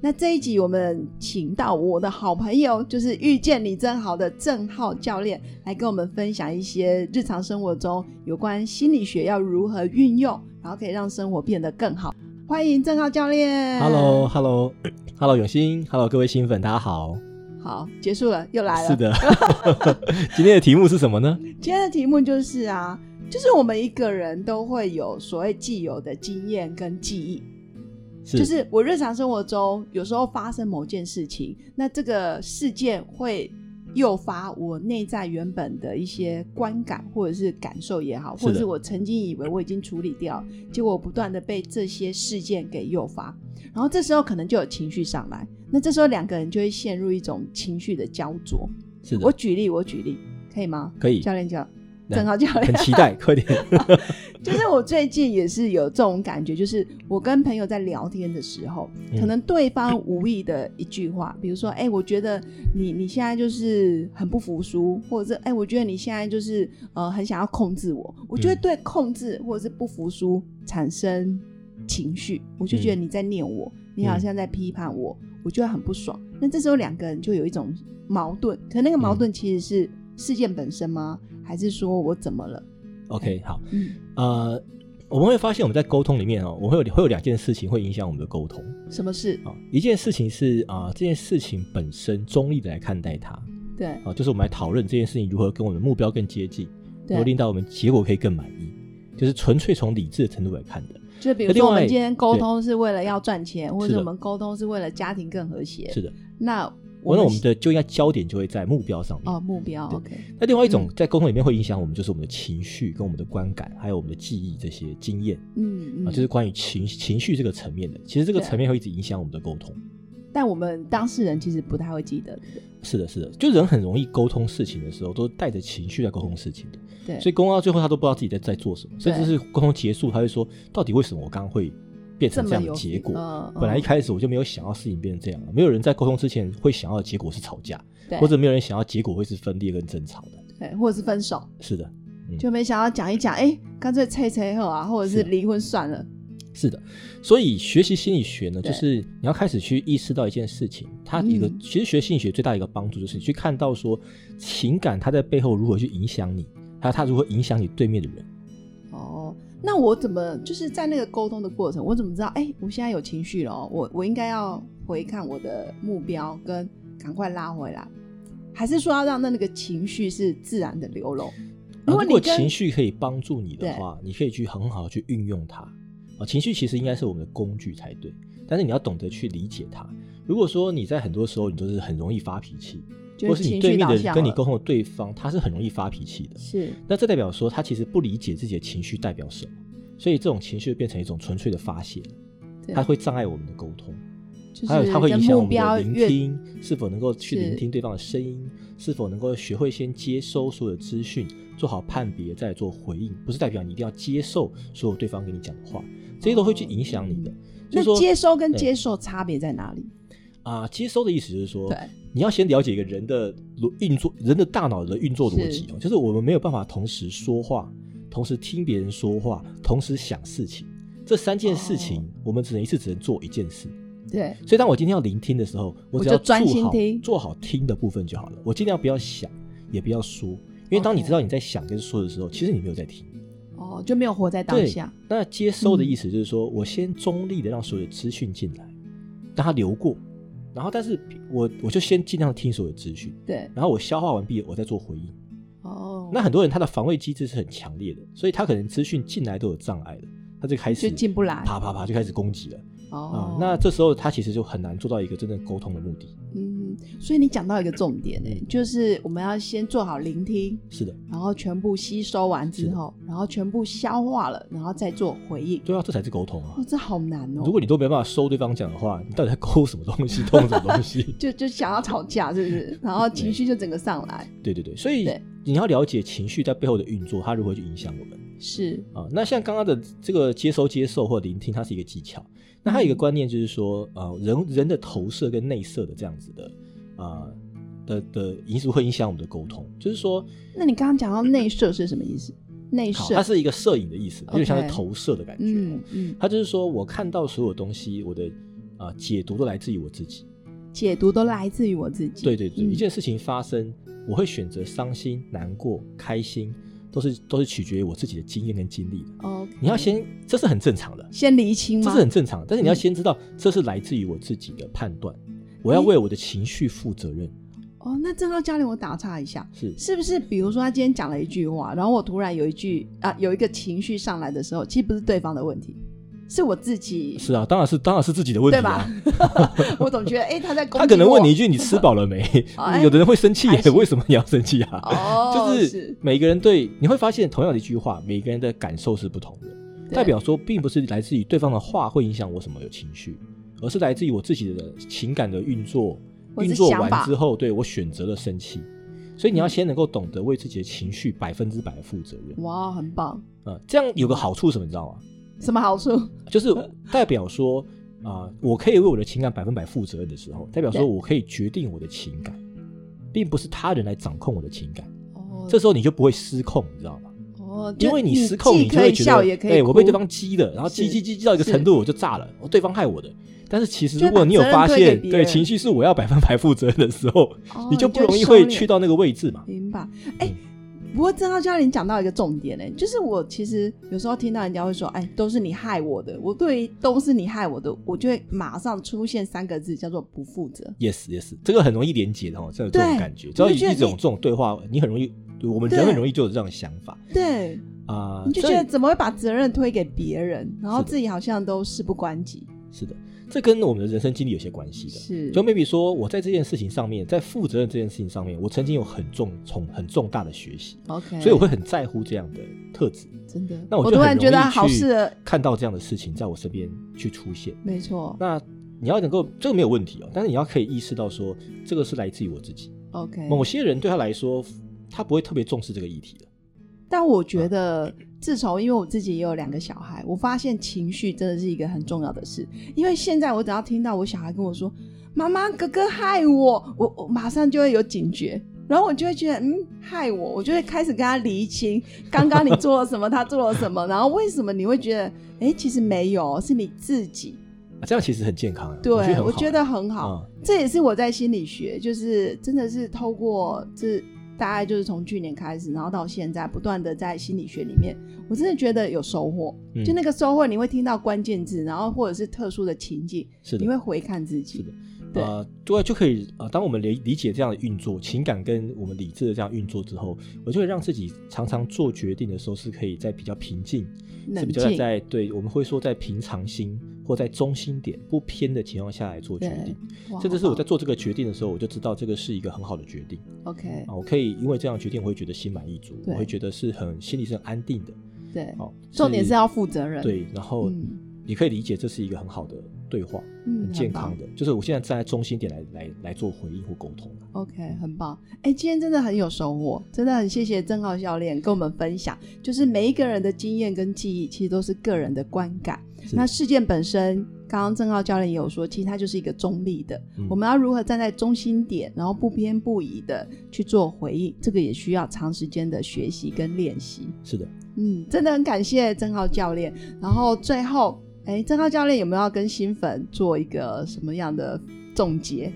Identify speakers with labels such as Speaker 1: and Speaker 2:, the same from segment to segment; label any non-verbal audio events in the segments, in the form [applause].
Speaker 1: 那这一集我们请到我的好朋友，就是遇见你真好的郑浩教练，来跟我们分享一些日常生活中有关心理学要如何运用，然后可以让生活变得更好。欢迎郑浩教练。
Speaker 2: Hello，Hello，Hello，永兴，Hello，各位新粉，大家好。
Speaker 1: 好，结束了，又来了。
Speaker 2: 是，的， [laughs] 今天的题目是什么呢？
Speaker 1: 今天的题目就是啊，就是我们一个人都会有所谓既有的经验跟记忆。
Speaker 2: 是
Speaker 1: 就是我日常生活中有时候发生某件事情，那这个事件会诱发我内在原本的一些观感或者是感受也好，
Speaker 2: 是的
Speaker 1: 或者是我曾经以为我已经处理掉，结果我不断的被这些事件给诱发，然后这时候可能就有情绪上来，那这时候两个人就会陷入一种情绪的焦灼。
Speaker 2: 是
Speaker 1: 我，举例，我举例，可以吗？
Speaker 2: 可以
Speaker 1: 教，练教，
Speaker 2: 来
Speaker 1: 正好教练
Speaker 2: 很，期待， [laughs] 快点。
Speaker 1: 就是我最近也是有这种感觉，就是我跟朋友在聊天的时候，
Speaker 2: 嗯
Speaker 1: 可能对方无意的一句话，比如说，哎、我觉得你你现在就是很不服输，或者是哎、我觉得你现在就是呃很想要控制我，我就会
Speaker 2: 嗯
Speaker 1: 对控制或者是不服输产生情绪，我就觉得你在念我，
Speaker 2: 嗯
Speaker 1: 你好像在批判我，我就会很不爽。那这时候两个人就有一种矛盾，可那个矛
Speaker 2: 嗯
Speaker 1: 盾其实是事件本身吗？还是说我怎么了？
Speaker 2: OK，好，
Speaker 1: 嗯，
Speaker 2: 呃，我们会发现我们在沟通里面哦，我会有会有两件事情会影响我们的沟通
Speaker 1: 什么事？
Speaker 2: 啊、一件事情是啊、这件事情本身中立的来看待它啊、
Speaker 1: 对。
Speaker 2: 就是我们来讨论这件事情如何跟我们的目标更接近，如何
Speaker 1: 对，
Speaker 2: 令到我们结果可以更满意，就是纯粹从理智的程度来看的。
Speaker 1: 就比如
Speaker 2: 另
Speaker 1: 说我们
Speaker 2: 外
Speaker 1: 今天沟
Speaker 2: 对
Speaker 1: 通是为了要赚钱，或
Speaker 2: 是
Speaker 1: 者
Speaker 2: 的
Speaker 1: 我们沟通是为了家庭更和谐。
Speaker 2: 是的，
Speaker 1: 那我
Speaker 2: 那
Speaker 1: 们
Speaker 2: 我们的就应该焦点就会在目标上面。
Speaker 1: 哦目标
Speaker 2: 对
Speaker 1: OK
Speaker 2: 那另外一种
Speaker 1: 嗯
Speaker 2: 在沟通里面会影响我们，就是我们的情绪、跟我们的观感，还有我们的记忆这些经验
Speaker 1: 嗯嗯，
Speaker 2: 啊，就是关于情情绪这个层面的。其实这个
Speaker 1: 对
Speaker 2: 层面会一直影响我们的沟通。
Speaker 1: 但我们当事人其实不太会记得，对不对
Speaker 2: 是的，是的，就人很容易沟通事情的时候，都是带着情绪在沟通事情的，
Speaker 1: 对，
Speaker 2: 所以沟通到最后他都不知道自己在在做什么，
Speaker 1: 对
Speaker 2: 甚至是沟通结束，他会说到底为什么我刚刚会变成这样的
Speaker 1: 有
Speaker 2: 结果？
Speaker 1: 呃
Speaker 2: 本来一
Speaker 1: 呃
Speaker 2: 开始我就没有想要事情变成这样，没有人在沟通之前会想要的结果是吵架，
Speaker 1: 对
Speaker 2: 或者没有人想要结果会是分裂跟争吵的。
Speaker 1: 对，或者是分手，
Speaker 2: 是的，
Speaker 1: 就没想到讲一讲，哎，干脆拆拆后啊，或者是
Speaker 2: 嗯是
Speaker 1: 离婚算了。
Speaker 2: 是的，所以学习心理学呢，
Speaker 1: 对
Speaker 2: 就是你要开始去意识到一件事情，它一个、
Speaker 1: 嗯
Speaker 2: 其实学心理学最大的一个帮助就是你去看到说情感它在背后如何去影响你，还有它如何影响你对面的人。
Speaker 1: 哦，那我怎么就是在那个沟通的过程，我怎么知道？哎、我现在有情绪了哦，我我应该要回看我的目标，跟赶快拉回来，还是说要让那那个情绪是自然的流露？
Speaker 2: 呃
Speaker 1: 果
Speaker 2: 如
Speaker 1: 你
Speaker 2: 果
Speaker 1: 跟
Speaker 2: 情绪可以帮助你的话，你可以去很好地去运用它。啊，情绪其实应该是我们的工具才对，但是你要懂得去理解它。如果说你在很多时候你都是很容易发脾气，
Speaker 1: 就
Speaker 2: 或
Speaker 1: 是
Speaker 2: 是你
Speaker 1: 情
Speaker 2: 对
Speaker 1: 绪
Speaker 2: 面
Speaker 1: 导
Speaker 2: 的
Speaker 1: 向
Speaker 2: 人跟你
Speaker 1: 了
Speaker 2: 沟通的对方，他是很容易发脾气的。
Speaker 1: 是
Speaker 2: 那这代表说他其实不理解自己的情绪代表什么，所以这种情绪变成一种纯粹的发泄，
Speaker 1: 对
Speaker 2: 它会障碍我们的沟通，
Speaker 1: 就
Speaker 2: 还有
Speaker 1: 是
Speaker 2: 它会
Speaker 1: 跟
Speaker 2: 影响我
Speaker 1: 目
Speaker 2: 们
Speaker 1: 标
Speaker 2: 的聆
Speaker 1: 越
Speaker 2: 听，是否能够去
Speaker 1: 是
Speaker 2: 聆听对方的声音，是否能够学会先接收所有的资讯，做好判别，再来做回应，不是代表你一定要接受所有对方跟你讲的话，这些都会去影响你的。所
Speaker 1: 嗯那
Speaker 2: 以说
Speaker 1: 接收跟
Speaker 2: 对
Speaker 1: 接受差别在哪里？
Speaker 2: 啊、接收的意思就是说
Speaker 1: 对，
Speaker 2: 你要先了解一个人的逻运作，人的大脑的运作逻辑哦，就是我们没有办法同时说话，同时听别人说话，同时想事情。这三件事情，
Speaker 1: 哦
Speaker 2: 我们只能一次只能做一件事。
Speaker 1: 对，
Speaker 2: 所以，当我今天要聆听的时候，我只
Speaker 1: 就
Speaker 2: 要
Speaker 1: 专
Speaker 2: 做
Speaker 1: 心
Speaker 2: 好
Speaker 1: 听
Speaker 2: 做好听的部分就好了。我尽量不要想，也不要说，因为当你
Speaker 1: OK
Speaker 2: 知道你在想跟说的时候，其实你没有在听。
Speaker 1: 哦，就没有活在当下。
Speaker 2: 那接收的意思就是说，我先中立的让所有的资讯进来，让它流过，然后但是我我就先尽量听所有的资讯，
Speaker 1: 对，
Speaker 2: 然后我消化完毕，我再做回应。
Speaker 1: 哦，
Speaker 2: 那很多人他的防卫机制是很强烈的，所以他可能资讯进来都有障碍了，他就开
Speaker 1: 就
Speaker 2: 始
Speaker 1: 进不来。
Speaker 2: 啪啪啪就开始攻击了啊、
Speaker 1: 哦，
Speaker 2: 那这时候他其实就很难做到一个真正沟通的目的。
Speaker 1: 嗯嗯，所以你讲到一个重点呢、就是我们要先做好聆听，
Speaker 2: 是的，
Speaker 1: 然后全部吸收完之后，然后全部消化了，然后再做回应。
Speaker 2: 对啊，这才是沟通啊
Speaker 1: 哦，。这好难哦。？
Speaker 2: 如果你都没办法收对方讲的话，你到底在沟什么东西，通什么东西
Speaker 1: [laughs] 就就想要吵架，是不
Speaker 2: [laughs]
Speaker 1: 是？然后情绪就整个上来，
Speaker 2: 对对对，所以
Speaker 1: 对
Speaker 2: 你要了解情绪在背后的运作，它如何去影响我们
Speaker 1: 是
Speaker 2: 啊。那像刚刚的这个接收、接受或聆听，它是一个技巧。那
Speaker 1: 嗯
Speaker 2: 还有一个观念就是说，呃，人人的投射跟内射的这样子的，呃的的因素会影响我们的沟通。就是说，
Speaker 1: 那你刚刚讲到内射是什么意思？内
Speaker 2: 好，
Speaker 1: 射
Speaker 2: 它，是一个摄影的意思，有点像是
Speaker 1: OK
Speaker 2: 投射的感觉。
Speaker 1: 嗯嗯，
Speaker 2: 它就是说我看到所有东西，我的啊、呃解读都来自于我自己。
Speaker 1: 解读都来自于我自己。
Speaker 2: 对对对，
Speaker 1: 嗯
Speaker 2: 一件事情发生，我会选择伤心、难过、开心，都是都是取决于我自己的经验跟经历的。
Speaker 1: ，OK，
Speaker 2: 你要先，这是很正常的，
Speaker 1: 先厘清
Speaker 2: 这
Speaker 1: 吗
Speaker 2: 是？很正常的。但是你要先知道，这是来自于我自己的判断，我要为我的情绪负责任。
Speaker 1: 哦，那正浩教练，我打岔一下，
Speaker 2: 是
Speaker 1: 是不是？比如说他今天讲了一句话，然后我突然有一句啊，有一个情绪上来的时候，其实不是对方的问题，是我自己，
Speaker 2: 是啊，当然是当然是自己的问题
Speaker 1: 对
Speaker 2: 啊
Speaker 1: 吧。？ [laughs] 我总觉得，哎、他在攻击
Speaker 2: 他可能问你一
Speaker 1: 我，
Speaker 2: 句：“你吃饱了没 [laughs]
Speaker 1: 哦？”哎
Speaker 2: 有的人会生气
Speaker 1: 还
Speaker 2: 耶，
Speaker 1: 行
Speaker 2: 为什么你要生气啊？
Speaker 1: 哦，
Speaker 2: 就是是每个人对你会发现，同样的一句话，每个人的感受是不同的，
Speaker 1: 对
Speaker 2: 代表说并不是来自于对方的话会影响我什么有情绪，而是来自于我自己的情感的运作，
Speaker 1: 我
Speaker 2: 运
Speaker 1: 是
Speaker 2: 作
Speaker 1: 想
Speaker 2: 完
Speaker 1: 法
Speaker 2: 之后，对我选择了生气。所以你要先能够懂得为自己的情绪百分之百的负责任，
Speaker 1: 哇，很棒，
Speaker 2: 呃，这样有个好处是什么，你知道吗？
Speaker 1: 什么好处？
Speaker 2: 就是
Speaker 1: 嗯
Speaker 2: 代表说，啊、我可以为我的情感百分百负责任的时候，代表说
Speaker 1: 对
Speaker 2: 我可以决定我的情感，并不是他人来掌控我的情感。
Speaker 1: 哦，
Speaker 2: 这时候你就不会失控，你知道吗？
Speaker 1: 哦，就
Speaker 2: 因为你失控，
Speaker 1: 既
Speaker 2: 你就
Speaker 1: 可
Speaker 2: 会
Speaker 1: 以
Speaker 2: 觉
Speaker 1: 笑
Speaker 2: 得
Speaker 1: 也，可以哭，
Speaker 2: 哎，我被对方激了，然后激
Speaker 1: 是
Speaker 2: 激激激到一个程度，我就炸了，哦对方害我的。但是其实，
Speaker 1: 就
Speaker 2: 如
Speaker 1: 会
Speaker 2: 果
Speaker 1: 把
Speaker 2: 你有
Speaker 1: 责任
Speaker 2: 发
Speaker 1: 推给
Speaker 2: 现，
Speaker 1: 别
Speaker 2: 对
Speaker 1: 人
Speaker 2: 情绪是我要百分百负责任的时候，
Speaker 1: 哦
Speaker 2: 你
Speaker 1: 就
Speaker 2: 就不容易
Speaker 1: 收
Speaker 2: 会
Speaker 1: 敛
Speaker 2: 去到那个位置嘛。
Speaker 1: 明白。哎、不过郑浩教练讲到一个重点呢、欸就是我其实有时候听到人家会说，哎，都是你害我的。我对于都是你害我的，我就会马上出现三个字，叫做不负责。
Speaker 2: Yes, yes，这个很容易连结的哦，这有这
Speaker 1: 对
Speaker 2: 种感觉，只要
Speaker 1: 我
Speaker 2: 有
Speaker 1: 就觉
Speaker 2: 一
Speaker 1: 得
Speaker 2: 种
Speaker 1: 你
Speaker 2: 这种对话，你很容易，我们人
Speaker 1: 对
Speaker 2: 很容易就有这样的想法
Speaker 1: 对，
Speaker 2: 啊。
Speaker 1: 你就觉
Speaker 2: 所以
Speaker 1: 得怎么会把责任推给别人，然后
Speaker 2: 是的
Speaker 1: 自己好像都事不关己。
Speaker 2: 是的，这跟我们的人生经历有些关系的。
Speaker 1: 是，
Speaker 2: 就 maybe 说，我在这件事情上面，在负责任这件事情上面，我曾经有很重、重、很重大的学习，
Speaker 1: OK。
Speaker 2: 所以我会很在乎这样的特质。
Speaker 1: 真的，
Speaker 2: 那我
Speaker 1: 我
Speaker 2: 就
Speaker 1: 突
Speaker 2: 很
Speaker 1: 然
Speaker 2: 容
Speaker 1: 觉得
Speaker 2: 易
Speaker 1: 好
Speaker 2: 去
Speaker 1: 适合，
Speaker 2: 看到这样的事情在我身边去出现。
Speaker 1: 没错。
Speaker 2: 那你要能够这个没有问题哦，但是你要可以意识到说，这个是来自于我自己。
Speaker 1: OK。
Speaker 2: 某些人对他来说，他不会特别重视这个议题的。
Speaker 1: 但我觉得，自从因为我自己也有两个小孩，我发现情绪真的是一个很重要的事。因为现在我只要听到我小孩跟我说“妈妈，哥哥害我”，我我马上就会有警觉，然后我就会觉得嗯，害我，我就会开始跟他厘清，刚刚你做了什么，他做了什么，然后为什么你会觉得，哎，其实没有，是你自己。
Speaker 2: 啊这样其实很健康啊，
Speaker 1: 对，
Speaker 2: 我觉得很好
Speaker 1: 我觉得很好。
Speaker 2: 啊、
Speaker 1: 这也是我在心理学，就是真的是透过这大概就是从去年开始，然后到现在不断的在心理学里面，我真的觉得有收获。
Speaker 2: 嗯
Speaker 1: 就那个收获，你会听到关键字，然后或者是特殊的情境，
Speaker 2: 是的
Speaker 1: 你会回看自己。
Speaker 2: 是的
Speaker 1: 对
Speaker 2: 呃，对，就可以啊、呃当我们理理解这样的运作，情感跟我们理智的这样运作之后，我就会让自己常常做决定的时候是可以在比较平静，是
Speaker 1: 冷
Speaker 2: 比较
Speaker 1: 静，
Speaker 2: 在对我们会说在平常心或在中心点不偏的情况下来做决
Speaker 1: 对
Speaker 2: 定。
Speaker 1: 哇
Speaker 2: 甚至是我在
Speaker 1: 好
Speaker 2: 做这个决定的时候，我就知道这个是一个很好的决定
Speaker 1: 棒 OK，
Speaker 2: 啊！我可以因为这样的决定，我会觉得心满意足，
Speaker 1: 对
Speaker 2: 我会觉得是很心里是很安定的。
Speaker 1: 对，
Speaker 2: 哦，
Speaker 1: 重点是要负责任。，
Speaker 2: 对，然后
Speaker 1: 嗯
Speaker 2: 你可以理解这是一个很好的对话，
Speaker 1: 嗯，
Speaker 2: 很健
Speaker 1: 棒
Speaker 2: 康的，就是我现在站在中心点来来来做回应或沟通啊
Speaker 1: OK，很棒。哎，今天真的很有收获，真的很谢谢郑浩教练跟我们分享，就是每一个人的经验跟记忆，其实都是个人的观感。
Speaker 2: 是
Speaker 1: 那事件本身，刚刚郑浩教练也有说，其实它就是一个中立的，
Speaker 2: 嗯
Speaker 1: 我们要如何站在中心点，然后不偏不倚的去做回应，这个也需要长时间的学习跟练习。
Speaker 2: 是的，
Speaker 1: 嗯，真的很感谢郑浩教练。然后最后，哎，郑浩教练有没有要跟新粉做一个什么样的总结？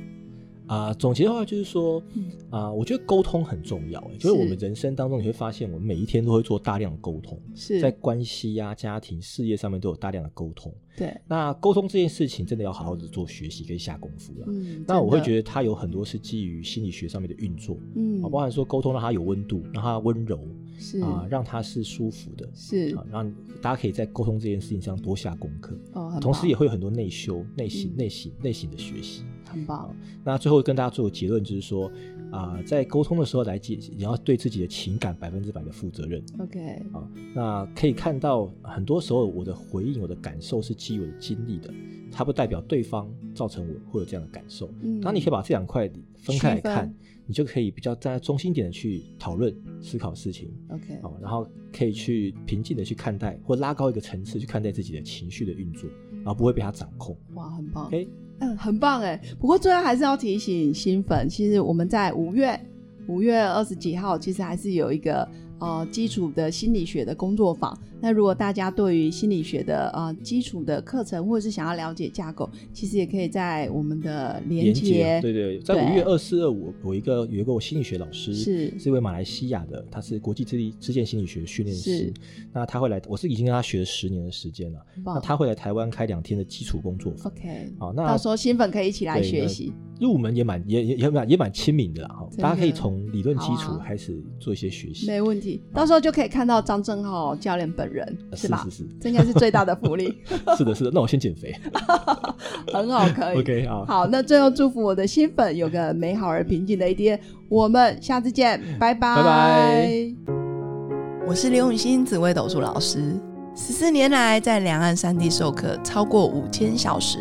Speaker 2: 啊、总结的话就是说，
Speaker 1: 嗯
Speaker 2: 啊、我觉得沟通很重要、欸就是
Speaker 1: 是
Speaker 2: 我们人生当中你会发现，我们每一天都会做大量的沟通，
Speaker 1: 是
Speaker 2: 在关系呀、家庭、事业上面都有大量的沟通。
Speaker 1: 对，
Speaker 2: 那沟通这件事情，真的要好好的做学习跟下功夫了。
Speaker 1: 嗯，
Speaker 2: 那我会
Speaker 1: 真的
Speaker 2: 觉得它有很多是基于心理学上面的运作，
Speaker 1: 嗯
Speaker 2: 啊，包含说沟通让它有温度，让它温柔
Speaker 1: 是
Speaker 2: 啊，让它是舒服的
Speaker 1: 是
Speaker 2: 啊，让大家可以在沟通这件事情上多下功课，
Speaker 1: 哦，很
Speaker 2: 同时
Speaker 1: 棒
Speaker 2: 也会有很多内修、内省、
Speaker 1: 嗯
Speaker 2: 内省、内省的学习。
Speaker 1: 很棒，
Speaker 2: 那最后跟大家做个结论，就是说啊、在沟通的时候来解，你要对自己的情感百分之百的负责任。
Speaker 1: OK，
Speaker 2: 啊，那可以看到，很多时候我的回应、我的感受是基于我的经历的，它不代表对方造成我会有这样的感受。
Speaker 1: 嗯，
Speaker 2: 当你可以把这两块分开来看
Speaker 1: 区，
Speaker 2: 你就可以比较站在中心点的去讨论、思考事情，
Speaker 1: OK，
Speaker 2: 啊，然后可以去平静的去看待，或拉高一个层次去看待自己的情绪的运作，
Speaker 1: 嗯
Speaker 2: 然后不会被它掌控。
Speaker 1: 哇，很棒。
Speaker 2: OK，
Speaker 1: 嗯，很棒哎。不过最后还是要提醒新粉，其实我们在五月五月二十几号，其实还是有一个呃基础的心理学的工作坊。那如果大家对于心理学的呃基础的课程，或者是想要了解架构，其实也可以在我们的连
Speaker 2: 连
Speaker 1: 接
Speaker 2: 接，啊对对，在
Speaker 1: 对
Speaker 2: 五月二四二五，我有一个有一个我心理学老师
Speaker 1: 是
Speaker 2: 是一位马来西亚的，他是国际智力之健心理学训练师
Speaker 1: 是。
Speaker 2: 那他会来，我是已经跟他学了十年的时间了。
Speaker 1: 很
Speaker 2: 那
Speaker 1: 棒。
Speaker 2: 他会来台湾开两天的基础工作
Speaker 1: 哦
Speaker 2: 坊。
Speaker 1: OK，
Speaker 2: 好，
Speaker 1: 到
Speaker 2: 那
Speaker 1: 时候新粉可以一起来
Speaker 2: 对
Speaker 1: 学
Speaker 2: 那
Speaker 1: 习。
Speaker 2: 入门也蛮也也也蛮也蛮亲民的啦，哈
Speaker 1: 真，的
Speaker 2: 大家可以从理论基
Speaker 1: 好
Speaker 2: 础
Speaker 1: 啊
Speaker 2: 开始做一些学习，
Speaker 1: 没问题，到时候就可以看到张正浩教练本人，
Speaker 2: 呃
Speaker 1: 是
Speaker 2: 是
Speaker 1: 吧？
Speaker 2: 是是
Speaker 1: 这应该是最大的福
Speaker 2: [laughs]
Speaker 1: 利，
Speaker 2: 是的，是的。那我先减
Speaker 1: [laughs]
Speaker 2: 肥
Speaker 1: 很好，可以。
Speaker 2: ，OK，好，
Speaker 1: 好，那最后祝福我的新粉有个美好而平静的一天。我们下次见，拜拜。
Speaker 2: 嗯拜拜
Speaker 3: 我是刘永新，紫微斗数老师。十四年来，在两岸三地授课超过五千小时，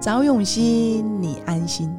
Speaker 3: 找永熙，你安心。